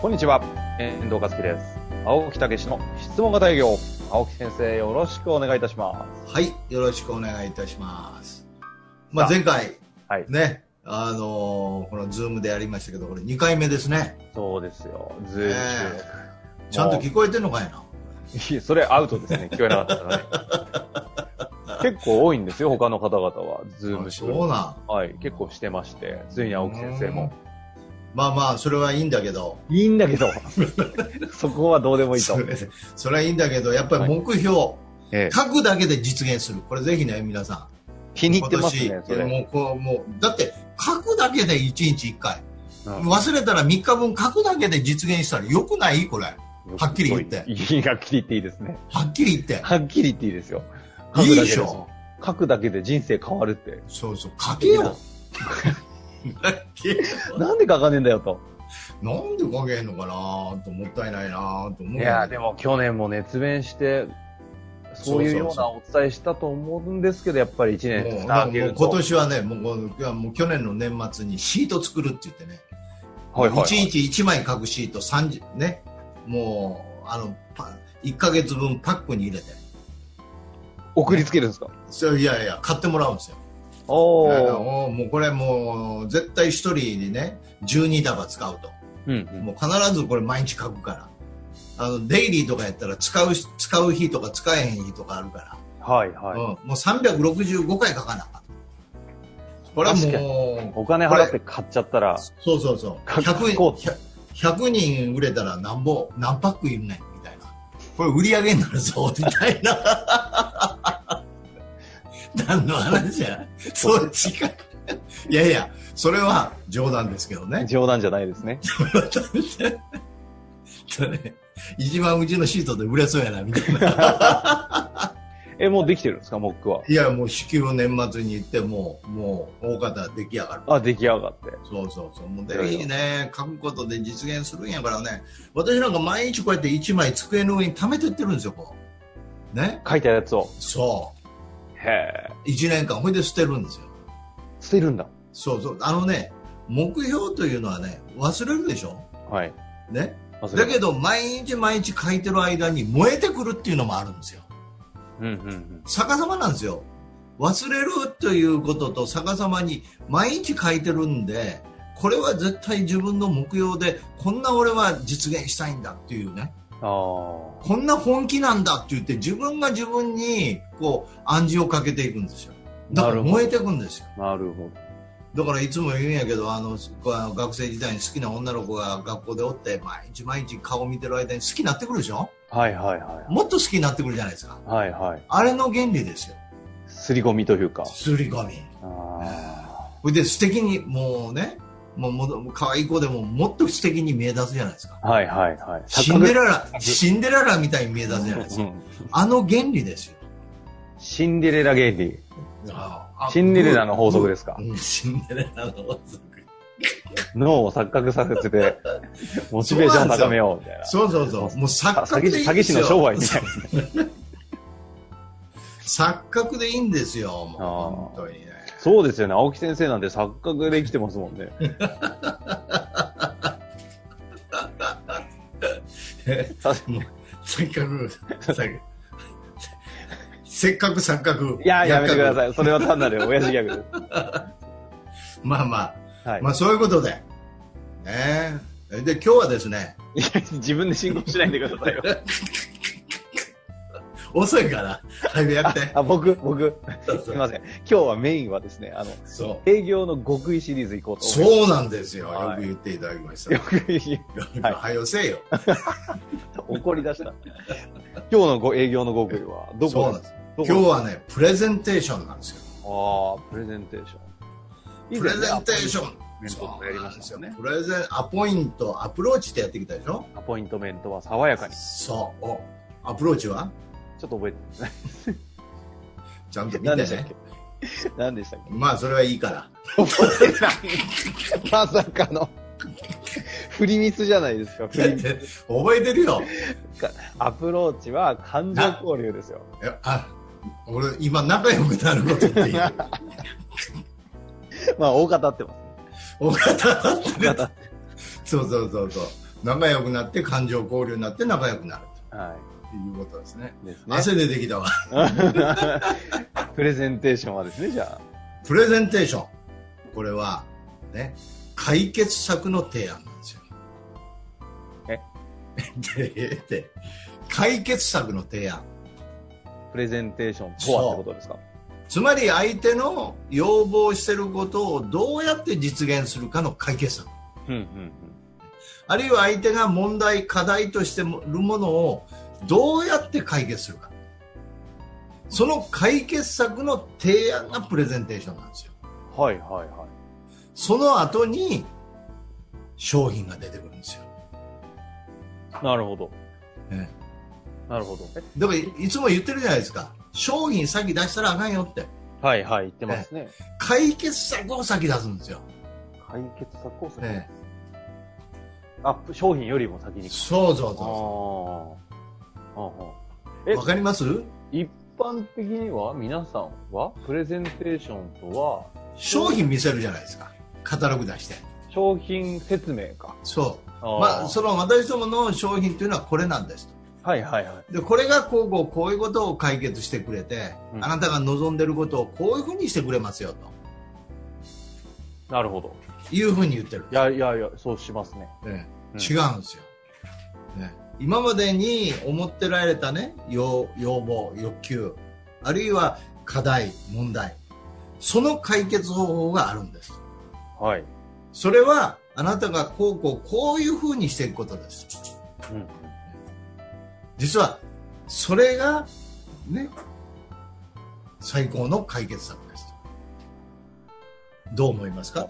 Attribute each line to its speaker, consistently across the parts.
Speaker 1: こんにちは、遠藤和樹です。青木武の質問型営業、青木先生よろしくお願いいたします。
Speaker 2: はい、よろしくお願いいたします。まあ、前回、
Speaker 1: はい
Speaker 2: ね、あのーこのズームでやりましたけど、これ2回目ですね。
Speaker 1: そうですよ、ズ
Speaker 2: え
Speaker 1: ーム
Speaker 2: えちゃんと聞こえてんのかいな。
Speaker 1: 中。いやそれアウトですね、聞こえなかったから ね。結構多いんですよ、他の方々は、ズーム中
Speaker 2: あそうなん。
Speaker 1: はい、結構してまして、ついに青木先生も。
Speaker 2: まあまあ、それはいいんだけど、
Speaker 1: いいんだけ ど、そこはどうでもいいと
Speaker 2: そ。れ それはいいんだけど、やっぱり目標、
Speaker 1: ええ
Speaker 2: 書くだけで実現する。これぜひね、皆さ
Speaker 1: 気
Speaker 2: ん。
Speaker 1: に入ってますね
Speaker 2: 今、
Speaker 1: そ
Speaker 2: 年
Speaker 1: れ。
Speaker 2: もうこう、もう、だって、書くだけで1日1回。
Speaker 1: うん
Speaker 2: 忘れたら3日分書くだけで実現したらよくないこれ。ははっきり言って
Speaker 1: いい、はっきり言っていいですね。
Speaker 2: っきり言って。
Speaker 1: はっきり言っていいですよ。書
Speaker 2: い
Speaker 1: く
Speaker 2: い
Speaker 1: だ
Speaker 2: で
Speaker 1: け
Speaker 2: しょ。
Speaker 1: 書くだけで人生変わるって。
Speaker 2: そうそう、書け よ。書けよ
Speaker 1: なんで書かねえんだよと。
Speaker 2: なんで書けへんのかなともったいないなと思
Speaker 1: い
Speaker 2: う。
Speaker 1: や、でも去年も熱弁して、そういうようなお伝えしたと思うんですけど、やっぱり1
Speaker 2: もう
Speaker 1: 年蓋
Speaker 2: なん
Speaker 1: 開
Speaker 2: か
Speaker 1: け
Speaker 2: もう
Speaker 1: ると。
Speaker 2: 今年はね、もうこのいやもう去年の年末にシート作るって言ってね、
Speaker 1: はいはいはい
Speaker 2: 1日1枚書くシート30、ね、もう、あの、パ1ヶ月分パックに入れて、
Speaker 1: 送りつけるんですか
Speaker 2: それいやいや、買ってもらうんですよ。
Speaker 1: お
Speaker 2: あ
Speaker 1: ー。
Speaker 2: のもうこれもう、絶対1人でね、12束使うと。
Speaker 1: うんうん。
Speaker 2: もう必ずこれ毎日書くから。あの、デイリーとかやったら使う、使う日とか使えへん日とかあるか
Speaker 1: はい
Speaker 2: ら。
Speaker 1: はい。
Speaker 2: うん。もう365回書かなあかった。これはも
Speaker 1: お金払って買っちゃったら
Speaker 2: う、、そうそうそう。
Speaker 1: 書く
Speaker 2: 100
Speaker 1: こう
Speaker 2: 人、100人売れたらなんぼ、何パックいるねんみたいな。これ売り上げになるぞ、みたいな。 何の話や。そっちか。いやいや、それは冗談ですけどね。
Speaker 1: 冗談じゃないですね。
Speaker 2: とね、一番うちのシートで売れそうやな、みたいな。
Speaker 1: え、もうできてるんですか、モックは。
Speaker 2: いや、もう支給の年末に行って、もう、もう、大方出来上がる。
Speaker 1: あ、出来上がって。
Speaker 2: そうそうそう。もう、ぜひね、書くことで実現するんやからね。私なんか毎日こうやって1枚机の上に溜めてってるんですよ、こう。ね。
Speaker 1: 書いたやつを。
Speaker 2: そう。
Speaker 1: へー
Speaker 2: 1年間、ほいで捨てるんですよ。
Speaker 1: 捨てるんだ。
Speaker 2: そうそう。あのね、目標というのはね、忘れるでしょ
Speaker 1: はい。
Speaker 2: ね。
Speaker 1: 忘れた
Speaker 2: だけど、毎日毎日書いてる間に燃えてくるっていうのもあるんですよ。
Speaker 1: うんうんうん。
Speaker 2: 逆さまなんですよ忘れるということと逆さまに毎日書いてるんでこれは絶対自分の目標でこんな俺は実現したいんだっていうね
Speaker 1: あー。
Speaker 2: こんな本気なんだって言って自分が自分にこう暗示をかけていくんですよだから燃えていくんですよ
Speaker 1: なるほ
Speaker 2: だからいつも言うんやけどあのこうあの学生時代に好きな女の子が学校でおって毎日毎日顔見てる間に好きになってくるでしょ
Speaker 1: ど。はいはいはい。
Speaker 2: もっと好きになってくるじゃないですか
Speaker 1: はいはい。
Speaker 2: あれの原理ですよ
Speaker 1: すり込みというか。
Speaker 2: すり込み
Speaker 1: あ
Speaker 2: それで素敵に、もうね、もうもど、可愛い子でももっと素敵に見え出すじゃないですか。
Speaker 1: ーはいはいはい。
Speaker 2: シンデレラ、
Speaker 1: 覚
Speaker 2: シンデレラみたいに見え出すじゃないです
Speaker 1: う
Speaker 2: か。
Speaker 1: ん
Speaker 2: あの原理ですよ。
Speaker 1: シンデレラ原理。
Speaker 2: あ
Speaker 1: シンデレラの法則ですか
Speaker 2: うん、シンデレラの 法則。
Speaker 1: 脳を錯覚させ て、モチベーションを高めようみたいな。
Speaker 2: そうそうそう。もう錯
Speaker 1: 詐
Speaker 2: 覚
Speaker 1: 欺
Speaker 2: でい
Speaker 1: 師
Speaker 2: い
Speaker 1: 詐
Speaker 2: ん
Speaker 1: 欺
Speaker 2: です
Speaker 1: 師
Speaker 2: よ。
Speaker 1: の商売みたいな。
Speaker 2: 錯覚でいいんですよ。もう
Speaker 1: あー
Speaker 2: 本当にね。
Speaker 1: そうですよね。青木先生なんて錯覚で生きてますもんね。
Speaker 2: せっかく、錯せっかく錯覚。
Speaker 1: いや、やめてくだ
Speaker 2: い。
Speaker 1: さい。それは単なる親父ギャ グで
Speaker 2: まあまあ。
Speaker 1: す。はい。
Speaker 2: まあそういうことで。ねえ。で、今日はですね、
Speaker 1: いや自分で進行しないでくださいよ。
Speaker 2: 遅いから、早くやって。
Speaker 1: あ、僕、僕、
Speaker 2: そう
Speaker 1: す
Speaker 2: そう
Speaker 1: みません。今日はメインはですね、あの、
Speaker 2: そう。
Speaker 1: 営業の極意シリーズ行こうと思い
Speaker 2: そうなんですよ。よ
Speaker 1: はい
Speaker 2: く言っていただき ました。
Speaker 1: ます。極意はい
Speaker 2: はよせよ。
Speaker 1: 怒り出した。今日のご営業の極意は、ど
Speaker 2: そ
Speaker 1: こ
Speaker 2: う
Speaker 1: で
Speaker 2: なんです。
Speaker 1: どこ
Speaker 2: 今日はね、プレゼンテーションなんですよ。
Speaker 1: ああ、プレゼンテーション。
Speaker 2: プレゼンテーション。
Speaker 1: メントとかやりましたよね。
Speaker 2: プレゼン、アポイント、アプローチってやってきたでしょ
Speaker 1: アポイントメントは爽やかに。ち
Speaker 2: そう。おアプローチは
Speaker 1: ょっと覚えてない。
Speaker 2: ちゃんと見
Speaker 1: 何
Speaker 2: て
Speaker 1: でしたっ
Speaker 2: ね
Speaker 1: け。何でしたっ
Speaker 2: まあ、それはいいから。
Speaker 1: け覚えてない。まさかの。振りミスじゃないですか、振りミス。
Speaker 2: 覚えてるよ。
Speaker 1: アプローチは感情交流ですよ。
Speaker 2: えあ、俺、今、仲良くなることっていう。
Speaker 1: まあ、大方ってます。
Speaker 2: お方だっ
Speaker 1: 大
Speaker 2: て
Speaker 1: 方。
Speaker 2: そうそうそうそう。仲良くなって、感情交流になって仲良くなる
Speaker 1: は
Speaker 2: ということですね。
Speaker 1: い。ですね。
Speaker 2: 汗出てきたわ。
Speaker 1: プレゼンテーションはですね、じゃ
Speaker 2: プレゼンテーション。これは、ね、解決策の提案なんですよ。
Speaker 1: え
Speaker 2: でえって、解決策の提案。
Speaker 1: あ、プレゼンテーションとはってことですか
Speaker 2: つまり相手の要望してることをどうやって実現するかの解決策。
Speaker 1: うんうんうん。
Speaker 2: あるいは相手が問題、課題としてもるものをどうやって解決するか。その解決策の提案がプレゼンテーションなんですよ。
Speaker 1: はいはいは
Speaker 2: その後に商品が出てくるんですよ。
Speaker 1: い。なるほど。
Speaker 2: え
Speaker 1: なるほど。
Speaker 2: だからいいつも言ってるじゃないですか。商品先出したらあかんよって。
Speaker 1: はいはい、言ってますね。
Speaker 2: 解決策を先出すんですよ。
Speaker 1: 解決策をする。
Speaker 2: え
Speaker 1: あ、商品よりも先に
Speaker 2: え、。そうそう
Speaker 1: ああ
Speaker 2: そ
Speaker 1: ああ。
Speaker 2: う。
Speaker 1: え
Speaker 2: わかります
Speaker 1: 一般的には皆さんはプレゼンテーションとは
Speaker 2: 商品見せるじゃないですか。カタログ出して。
Speaker 1: 商品説明か。
Speaker 2: そう。
Speaker 1: あ
Speaker 2: まあ、
Speaker 1: ー
Speaker 2: その私どもの商品というのはこれなんですと。
Speaker 1: はいはいはい。
Speaker 2: でこれがこうこうこういうことを解決してくれて、
Speaker 1: うん
Speaker 2: あなたが望んでることをこういうふうにしてくれますよと
Speaker 1: なるほど。
Speaker 2: いうふうに言ってる、
Speaker 1: いやいやいや、そうしますね。
Speaker 2: ね
Speaker 1: うん
Speaker 2: 違うんですよ、ね今までに思ってられたね要要望欲求あるいは課題問題その解決方法があるんです
Speaker 1: はい。
Speaker 2: それはあなたがこうこうこういうふうにしていくことです
Speaker 1: うん。
Speaker 2: 実はそれがね最高の解決策ですどう思いますか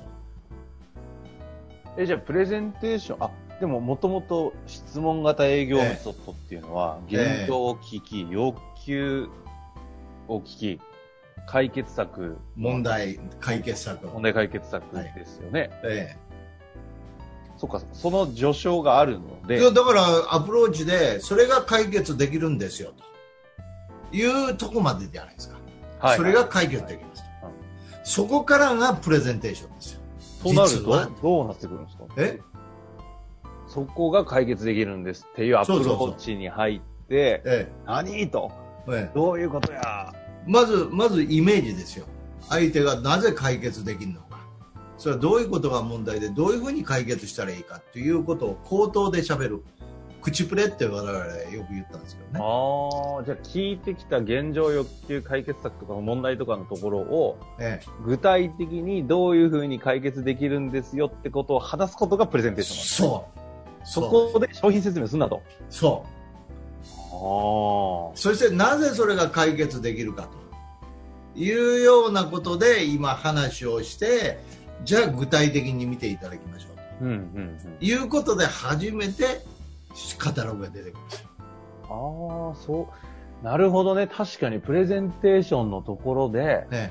Speaker 1: え、じゃあ、プレゼンテーション、あ、でも、もともと質問型営業メソッドっていうのは、
Speaker 2: ええ
Speaker 1: 現状を聞き、要求を聞き、解決策、
Speaker 2: 問題解決策
Speaker 1: 問題解決策ですよね。
Speaker 2: え
Speaker 1: そっか、その序章があるの
Speaker 2: え
Speaker 1: で
Speaker 2: い、やだからアプローチでそれが解決できるんですよというとこまでじゃないですか、
Speaker 1: はい
Speaker 2: それが解決できますと、
Speaker 1: はい
Speaker 2: そこからがプレゼンテーションですよ
Speaker 1: となる
Speaker 2: 実は
Speaker 1: と、どうなってくるんですか
Speaker 2: え
Speaker 1: そこが解決できるんですっていうアプロ
Speaker 2: そうそう
Speaker 1: ー
Speaker 2: そ
Speaker 1: チに入って、
Speaker 2: え
Speaker 1: 何と、
Speaker 2: えええ
Speaker 1: どういうことや。
Speaker 2: まず、まずイメージですよ。相手がなぜ解決できるのか。それはどういうことが問題で、どういうふうに解決したらいいかということを口頭で喋る。口プレって我々よく言ったんですけど
Speaker 1: あ
Speaker 2: ね。
Speaker 1: あ、じゃあ聞いてきた現状欲求解決策とかの問題とかのところを、
Speaker 2: え
Speaker 1: 具体的にどういうふうに解決できるんですよってことを話すことがプレゼン
Speaker 2: え、
Speaker 1: テーションなんです
Speaker 2: そう。
Speaker 1: そこで商品説明すんなと。
Speaker 2: そ
Speaker 1: あ
Speaker 2: う。そしてなぜそれが解決できるかというようなことで今話をして、じゃあ具体的に見ていただきましょう。
Speaker 1: あ。うんうんうん
Speaker 2: と。いうことで初めてカタログが出てくる。
Speaker 1: ああ、そう。なるほどね。確かにプレゼンテーションのところで、
Speaker 2: ええ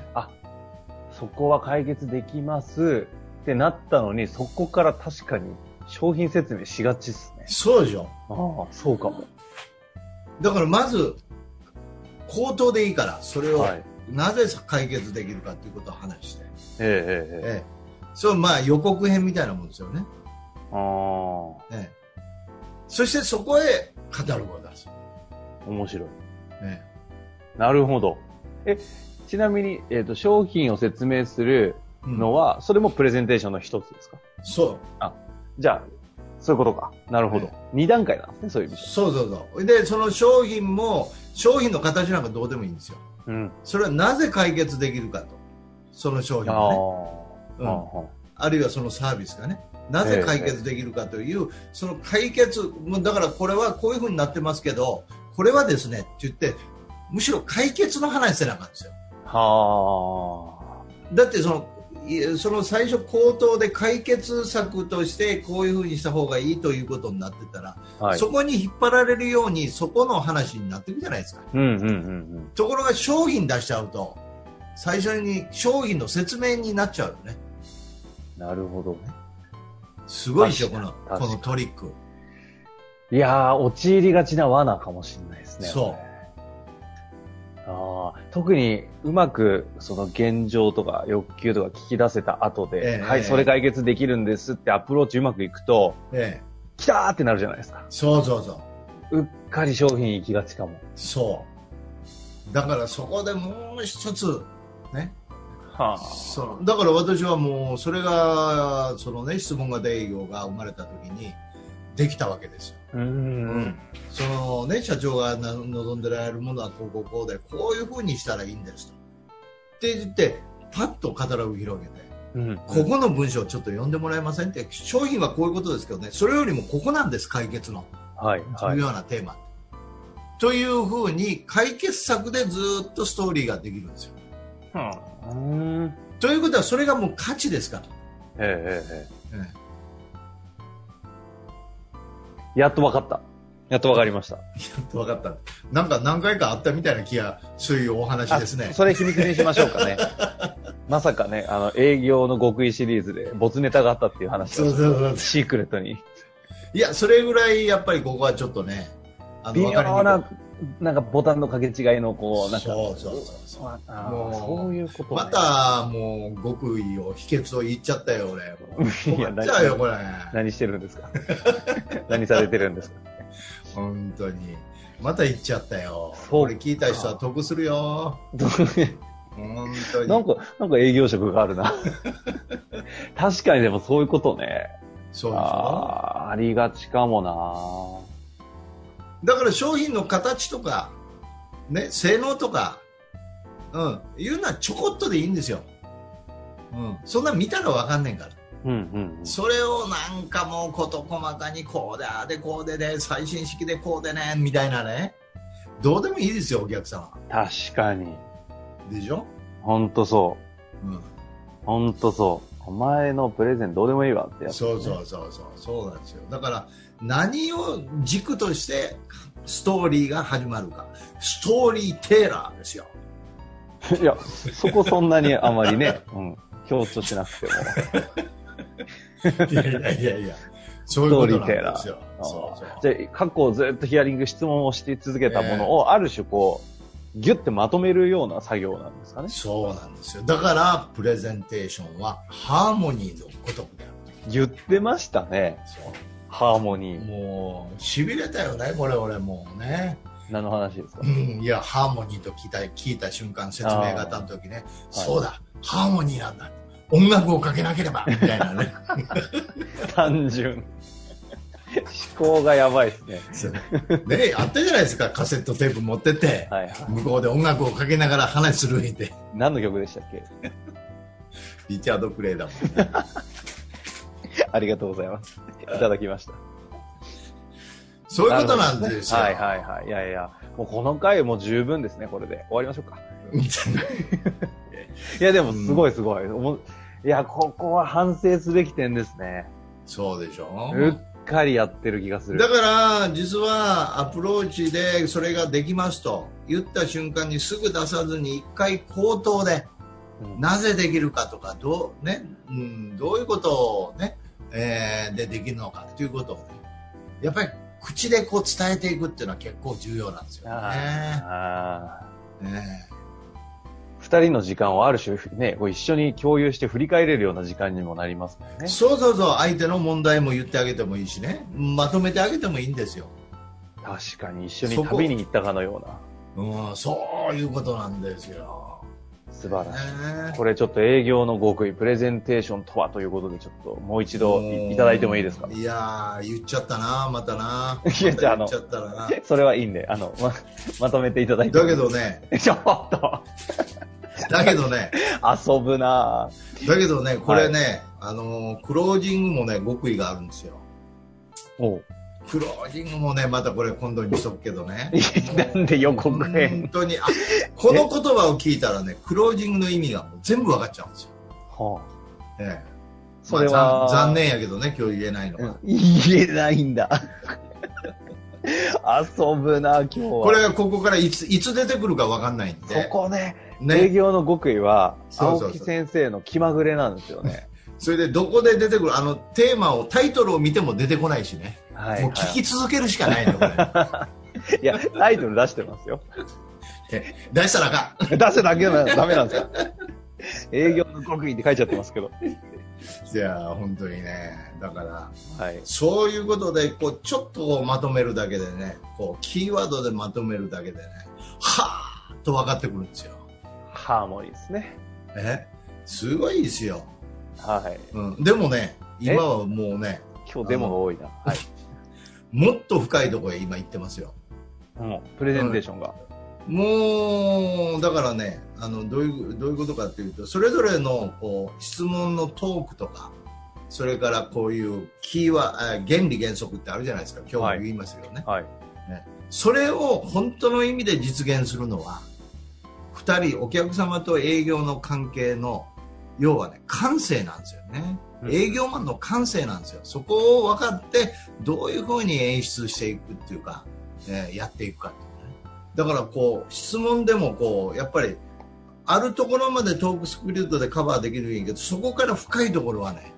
Speaker 1: そこは解決できますってなったのに、そこから確かに商品説明しがちっすね。
Speaker 2: そうでしょ。
Speaker 1: ああ、そうかも。
Speaker 2: だからまず口頭でいいからそれを
Speaker 1: はい。
Speaker 2: なぜ解決できるかということを話して、
Speaker 1: ええええええ
Speaker 2: ええ、それはまあ予告編みたいなもんですよね、
Speaker 1: ああ、
Speaker 2: ええ、そしてそこへカタログを出す、
Speaker 1: 面白い。
Speaker 2: え
Speaker 1: なるほど。え、ちなみに、えっ、と、商品を説明する
Speaker 2: えうん
Speaker 1: のは、それもプレゼンテーションの一つですか
Speaker 2: そう
Speaker 1: じゃあ、そういうことか。なるほど。二段階なんですね、そういう意味で。
Speaker 2: そうそうそうでその商品も商品の形なんかどうでもいいんですよ
Speaker 1: うん。
Speaker 2: それはなぜ解決できるかとその商品
Speaker 1: ああ
Speaker 2: がね、うん
Speaker 1: ああ
Speaker 2: あるいはそのサービスがね、なぜ解決できるかという、その解決、もうだからこれはこういうふうになってますけど、これはですねって言って、むしろ解決の話せなあかったんですよ。
Speaker 1: はあ。
Speaker 2: だってその、いえその最初口頭で解決策としてこういうふうにした方がいいということになってたら、
Speaker 1: はい。
Speaker 2: そこに引っ張られるようにそこの話になっていくじゃないですか
Speaker 1: うんうんうん
Speaker 2: ところが商品出しちゃうと最初に商品の説明になっちゃうよね
Speaker 1: うん。なるほどね。
Speaker 2: すごいでしょこ
Speaker 1: 確
Speaker 2: の
Speaker 1: かに
Speaker 2: このトリック
Speaker 1: いやー、陥りがちな罠かもしれないですね。
Speaker 2: そう
Speaker 1: う。あー特にうまくその現状とか欲求とか聞き出せた後で、
Speaker 2: ええ
Speaker 1: はい、それ解決できるんですってアプローチうまくいくと、
Speaker 2: ええ
Speaker 1: きたーってなるじゃないですか。
Speaker 2: そうそうそう
Speaker 1: うっかり商品行きがちかも。
Speaker 2: そうだからそこでもう一つね
Speaker 1: はあ。
Speaker 2: そうだから私はもうそれがそのね質問型営業が生まれた時にできたわけですよ
Speaker 1: うーん。
Speaker 2: そのね社長がな望んでられるものはこうこうこうでこういうふうにしたらいいんですとって言ってパッとカタログ広げて
Speaker 1: うん。
Speaker 2: ここの文章ちょっと読んでもらえませんって商品はこういうことですけどねそれよりもここなんです解決の
Speaker 1: はい、は
Speaker 2: 重
Speaker 1: い。
Speaker 2: 要なテーマ、というふうに解決策でずっとストーリーができるんですよ
Speaker 1: うーん。
Speaker 2: ということはそれがもう価値ですから
Speaker 1: えええええ
Speaker 2: ええ
Speaker 1: えやっとわかった。やっとわかりました。
Speaker 2: 分かったなんか何回かあったみたいな気がそういうお話ですね
Speaker 1: あそれ秘密にしましょうか ね。まさかね、あの、営業の極意シリーズで、没ネタがあったっていう話
Speaker 2: そう
Speaker 1: を、
Speaker 2: そうそう
Speaker 1: シークレットに。
Speaker 2: いやそれぐらいやっぱりここはちょっとねあ
Speaker 1: 微
Speaker 2: 分かりに
Speaker 1: 妙
Speaker 2: くい
Speaker 1: な、なんかボタンの掛け違いの、こう、なんか、
Speaker 2: そうそうそうそう
Speaker 1: あー
Speaker 2: もう
Speaker 1: そういうこと、ね。
Speaker 2: ま、たもう極意を秘訣を言っちゃったよ俺も う
Speaker 1: いや
Speaker 2: 困っちゃう
Speaker 1: 大丈
Speaker 2: よ
Speaker 1: 夫
Speaker 2: これ
Speaker 1: 何してるんですか 何されてるんです か
Speaker 2: 本当にまた言っちゃったよ
Speaker 1: そう
Speaker 2: これ聞いた人は得するよ本当に
Speaker 1: なんか、なんか営業職がある な。確かにでもそういうことね。
Speaker 2: そうでしょ
Speaker 1: あーありがちかも
Speaker 2: だから商品の形とか、ね、性能とか、うん、いうのはちょこっとでいいんですよ。うん、そんな見たらわかんねんから。
Speaker 1: なうんうん
Speaker 2: それをなんかもう事細かにこうでああでこうでね、最新式でこうでね、みたいなね。どうでもいいですよ、お客様。
Speaker 1: うん。確かに。
Speaker 2: でしょ
Speaker 1: ほんとそう。
Speaker 2: うん。
Speaker 1: ほんとそう。お前のプレゼンどうでもいいわってやつ、
Speaker 2: そうそうそうそう。そうなんですよ。だから、何を軸としてストーリーが始まるか。ストーリーテーラーですよ。
Speaker 1: う。いや、そこそんなにあまりね、 うん。強調しなくても。
Speaker 2: いやいやいやいや、そういうことなんですよ。
Speaker 1: あー
Speaker 2: そうそう
Speaker 1: じゃあ、過去をずっとヒアリング質問をして続けたものを、ある種こう、ギュッてまとめるような作業なんですかね。
Speaker 2: そうなんですよ。だから、プレゼンテーションはハーモニーのごとくであるんで
Speaker 1: 言ってましたね。
Speaker 2: す
Speaker 1: ハーモ
Speaker 2: よ。
Speaker 1: ニー。
Speaker 2: もう、痺れたよね、これ、俺、もうね。
Speaker 1: 何の話 ですか
Speaker 2: うん、いや、ハーモニーと聞いた聞いた瞬間、説明型の時ね、そうだ、ハーモニーなんだ。音楽をかけなければ、みたいな ね。
Speaker 1: 単純。思考がやばいですね。
Speaker 2: そうね、あったじゃないですか、カセットテープ持ってって、
Speaker 1: はいは
Speaker 2: 向こうで音楽をかけながら話するんで、
Speaker 1: い。何の曲でしたっけ
Speaker 2: リチャード・クレイだもん。
Speaker 1: ありがとうございます。いただきました。
Speaker 2: そういうことなんですよ。
Speaker 1: はいはいはい。いやいや、もうこの回もう十分ですね、これで。終わりましょうか。
Speaker 2: みたいない
Speaker 1: や、でもすごいすごい。おもいや、ここは反省すべき点ですね。
Speaker 2: そうでしょ
Speaker 1: うっかりやってる気がする
Speaker 2: だ。から実はアプローチでそれができますと言った瞬間にすぐ出さずに一回口頭で
Speaker 1: うん
Speaker 2: なぜできるかとかどう,、ねうん、どういうことを、ねえーでできるのかということを、ね、やっぱり口でこう伝えていくっていうのは結構重要なんですよね。
Speaker 1: あー
Speaker 2: ね
Speaker 1: 二人の時間をある種ね、こう一緒に共有して振り返れるような時間にもなりますもんね。
Speaker 2: そうそうそう相手の問題も言ってあげてもいいしねまとめてあげてもいいんですよ。
Speaker 1: 確かに一緒に
Speaker 2: そこ
Speaker 1: 旅に行ったかのような。
Speaker 2: うん、そういうことなんですよ。
Speaker 1: 素晴らしい。
Speaker 2: ね
Speaker 1: これちょっと営業の極意、プレゼンテーションとはということで、ちょっともう一度いいただいてもいいですか
Speaker 2: いやー、言っちゃったな、また な。
Speaker 1: いやじゃああの
Speaker 2: また言っちゃったな。
Speaker 1: それはいいんで、あの、ま、まとめていただいて。
Speaker 2: だけどね、
Speaker 1: ちょっと、
Speaker 2: だけどね、
Speaker 1: 遊ぶなぁ
Speaker 2: だけどね、これね、あのークロージングもね、極意があるんですよ。
Speaker 1: おう
Speaker 2: クロージングもね、またこれ今度にしとくけどね。
Speaker 1: なんで予告編
Speaker 2: 本。当に、あ、この言葉を聞いたらね、クロージングの意味がもう全部わかっちゃうんですよ。
Speaker 1: は
Speaker 2: ええ
Speaker 1: それは
Speaker 2: まあ残残念やけどね、今日言えないのは。
Speaker 1: 言えないんだ。 遊ぶな、今日は。
Speaker 2: これがここからいついつ出てくるかわかんないん
Speaker 1: そ
Speaker 2: で、
Speaker 1: こね、営
Speaker 2: ね、
Speaker 1: 業の極意は、
Speaker 2: そうそうそう
Speaker 1: 青木先生の気まぐれなんですよ ね。
Speaker 2: それでどこで出てくる、あのテーマを、タイトルを見ても出てこないしね、
Speaker 1: はい、
Speaker 2: もう聞き続けるしかないの、これ
Speaker 1: はいいや、タイトル出してますよ。
Speaker 2: 出したらあか
Speaker 1: 出せだけなダメなんですか。 営業の極意って書いちゃってますけど。
Speaker 2: ん。いや、本当にね、だから、
Speaker 1: はい。
Speaker 2: そういうことで、こうちょっとこうまとめるだけでね、こうキーワードでまとめるだけでね、はーっと分かってくるんですよ。
Speaker 1: ハーモニーですね。
Speaker 2: えすごいですよ。
Speaker 1: はい。
Speaker 2: うん、でもね、今はもうね、
Speaker 1: 今日デモが多いな。はい。
Speaker 2: もっと深いところへ今行ってますよ。
Speaker 1: もう、プレゼンテーションが。
Speaker 2: もう、だからね、あの、どういう、どういうことかっていうと、それぞれの、こう、質問のトークとか、それからこういうキーワード、原理原則ってあるじゃないですか。今日も言いますけどね。
Speaker 1: はい。
Speaker 2: それを本当の意味で実現するのは、二人、お客様と営業の関係の、要はね、感性なんですよね。
Speaker 1: うん
Speaker 2: 営業マンの感性なんですよ。そこを分かって、どういうふうに演出していくっていうか、えーやっていくかっていうね。だからこう、質問でもこう、やっぱり、あるところまでトークスクリプトでカバーできるんやけど、そこから深いところはね、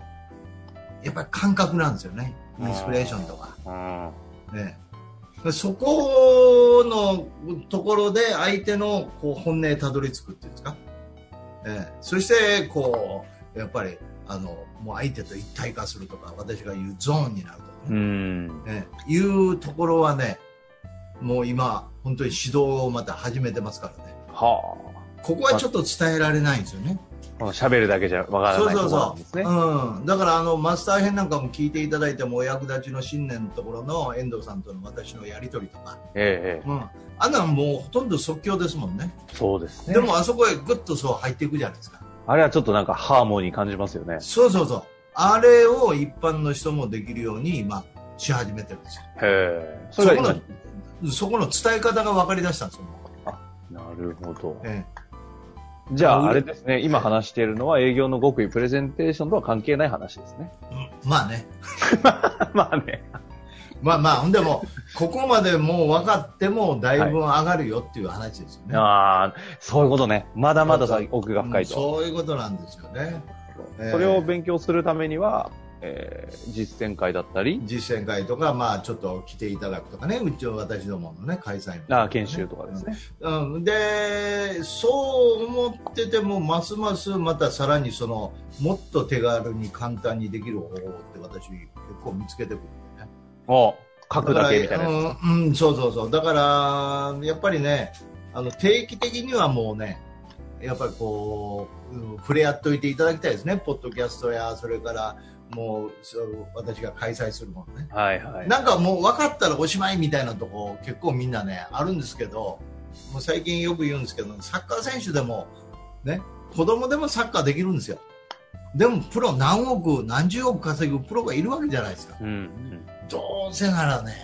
Speaker 2: やっぱり感覚なんですよね。インスピレーションとか。
Speaker 1: うん。
Speaker 2: ね、そこのところで相手のこう本音へたどり着くっていうんですか、ね、そしてこうやっぱりあのもう相手と一体化するとか私が言うゾーンになるとか
Speaker 1: う
Speaker 2: ね、
Speaker 1: ん。
Speaker 2: ねいうところはねもう今本当に指導をまた始めてますからね
Speaker 1: は
Speaker 2: ここはちょっと伝えられないんですよね。
Speaker 1: あ。喋るだけじゃわから
Speaker 2: そう
Speaker 1: ないとこ
Speaker 2: そう
Speaker 1: ろな
Speaker 2: そ
Speaker 1: んです
Speaker 2: う、
Speaker 1: ね。
Speaker 2: うん、だからあのマスター編なんかも聞いていただいてもお役立ちの新年のところの遠藤さんとの私のやり取りとか、
Speaker 1: えええ
Speaker 2: うん、あんなんもうほとんど即興ですもんね
Speaker 1: え。そうですね。
Speaker 2: でもあそこへぐっとそう入っていくじゃないですか
Speaker 1: あれはちょっとなんかハーモニー感じますよね。
Speaker 2: そうそうそうあれを一般の人もできるように今し始めてるんですよ
Speaker 1: へえ。そ
Speaker 2: そ
Speaker 1: れ
Speaker 2: こ
Speaker 1: が今。
Speaker 2: のそこの伝え方が分かりだしたんですよ、
Speaker 1: なるほど。
Speaker 2: え
Speaker 1: じゃ
Speaker 2: うん
Speaker 1: あ、あれですね。今話しているのは営業の極意プレゼンテーションとは関係ない話です ね。
Speaker 2: えうんまあね
Speaker 1: まあね。
Speaker 2: まあまあほんで もここまでもう分かってもだいぶ上がるよっていう話ですよね、
Speaker 1: ああ、そういうことね。まだまだ
Speaker 2: そう
Speaker 1: 先奥が深いと。
Speaker 2: うんそういうことなんですよねええ
Speaker 1: それを勉強するためには、えー実践会だったり、
Speaker 2: 実践会とか、まあ、ちょっと来ていただくとかねうちの私どものね開催の
Speaker 1: あー研修とかですね。
Speaker 2: うん、でそう思っててもますますまたさらにそのもっと手軽に簡単にできる方法って私結構見つけてくるんだよね
Speaker 1: お書くだけみたいなやつ。
Speaker 2: だからうん、うんそうそうそうだからやっぱりねあの定期的にはもうねやっぱりこう、うん触れ合っておいていただきたいですねポッドキャストやそれからもうそう私が開催するものね
Speaker 1: はいはい。
Speaker 2: なんかもう分かったらおしまいみたいなとこ結構みんなねあるんですけどもう最近よく言うんですけどサッカー選手でも、ね、子供でもサッカーできるんですよでもプロ何億何十億稼ぐプロがいるわけじゃないですか
Speaker 1: うんうん。
Speaker 2: どうせならね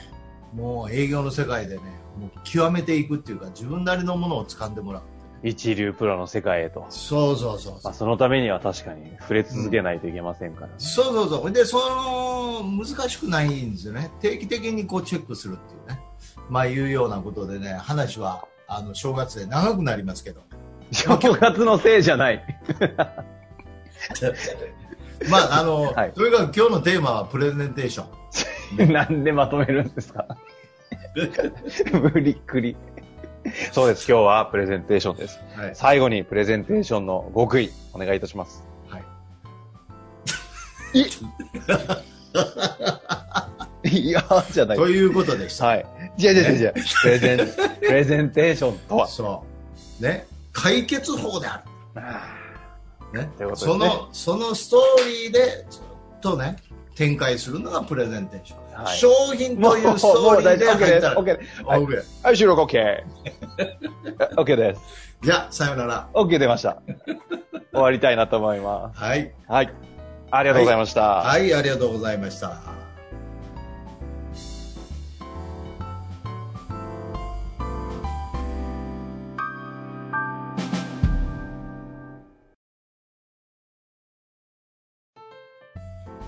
Speaker 2: もう営業の世界でねもう極めていくっていうか自分なりのものを掴んでもらう
Speaker 1: 一流プロの世界へと。
Speaker 2: そうそうそうそ
Speaker 1: まあ、
Speaker 2: う
Speaker 1: そのためには確かに触れ続けないといけませんから、ね
Speaker 2: そうそうそうでその難しくないんですよね定期的にこうチェックするっていうねまあいうようなことでね話はあの正月で長くなりますけど
Speaker 1: 正月のせいじゃない。
Speaker 2: まああの、
Speaker 1: はい
Speaker 2: とにかく今日のテーマはプレゼンテーション
Speaker 1: なんでまとめるんですか無理っくり。そうです。今日はプレゼンテーションです。
Speaker 2: はい、
Speaker 1: 最後にプレゼンテーションの極意、お願いいたします。いやーじゃな
Speaker 2: ということでした、
Speaker 1: はい。じゃあじゃあじゃあじゃあプレ ゼン、プレゼンテーションとは。
Speaker 2: そうね解決法である、ね
Speaker 1: ということで
Speaker 2: そ
Speaker 1: すね
Speaker 2: のそのストーリーでずっとね展開するのがプレゼンテーション、
Speaker 1: はい
Speaker 2: 商品というストーリーで入ったら
Speaker 1: OK です。
Speaker 2: あ
Speaker 1: OK で
Speaker 2: OK
Speaker 1: す。はい、収録 OK。OK です。
Speaker 2: じゃあさよなら
Speaker 1: OK 出ました。終わりたいなと思いま
Speaker 2: はい
Speaker 1: す。はい。ありがとうございました。
Speaker 2: はい、ありがとうございました。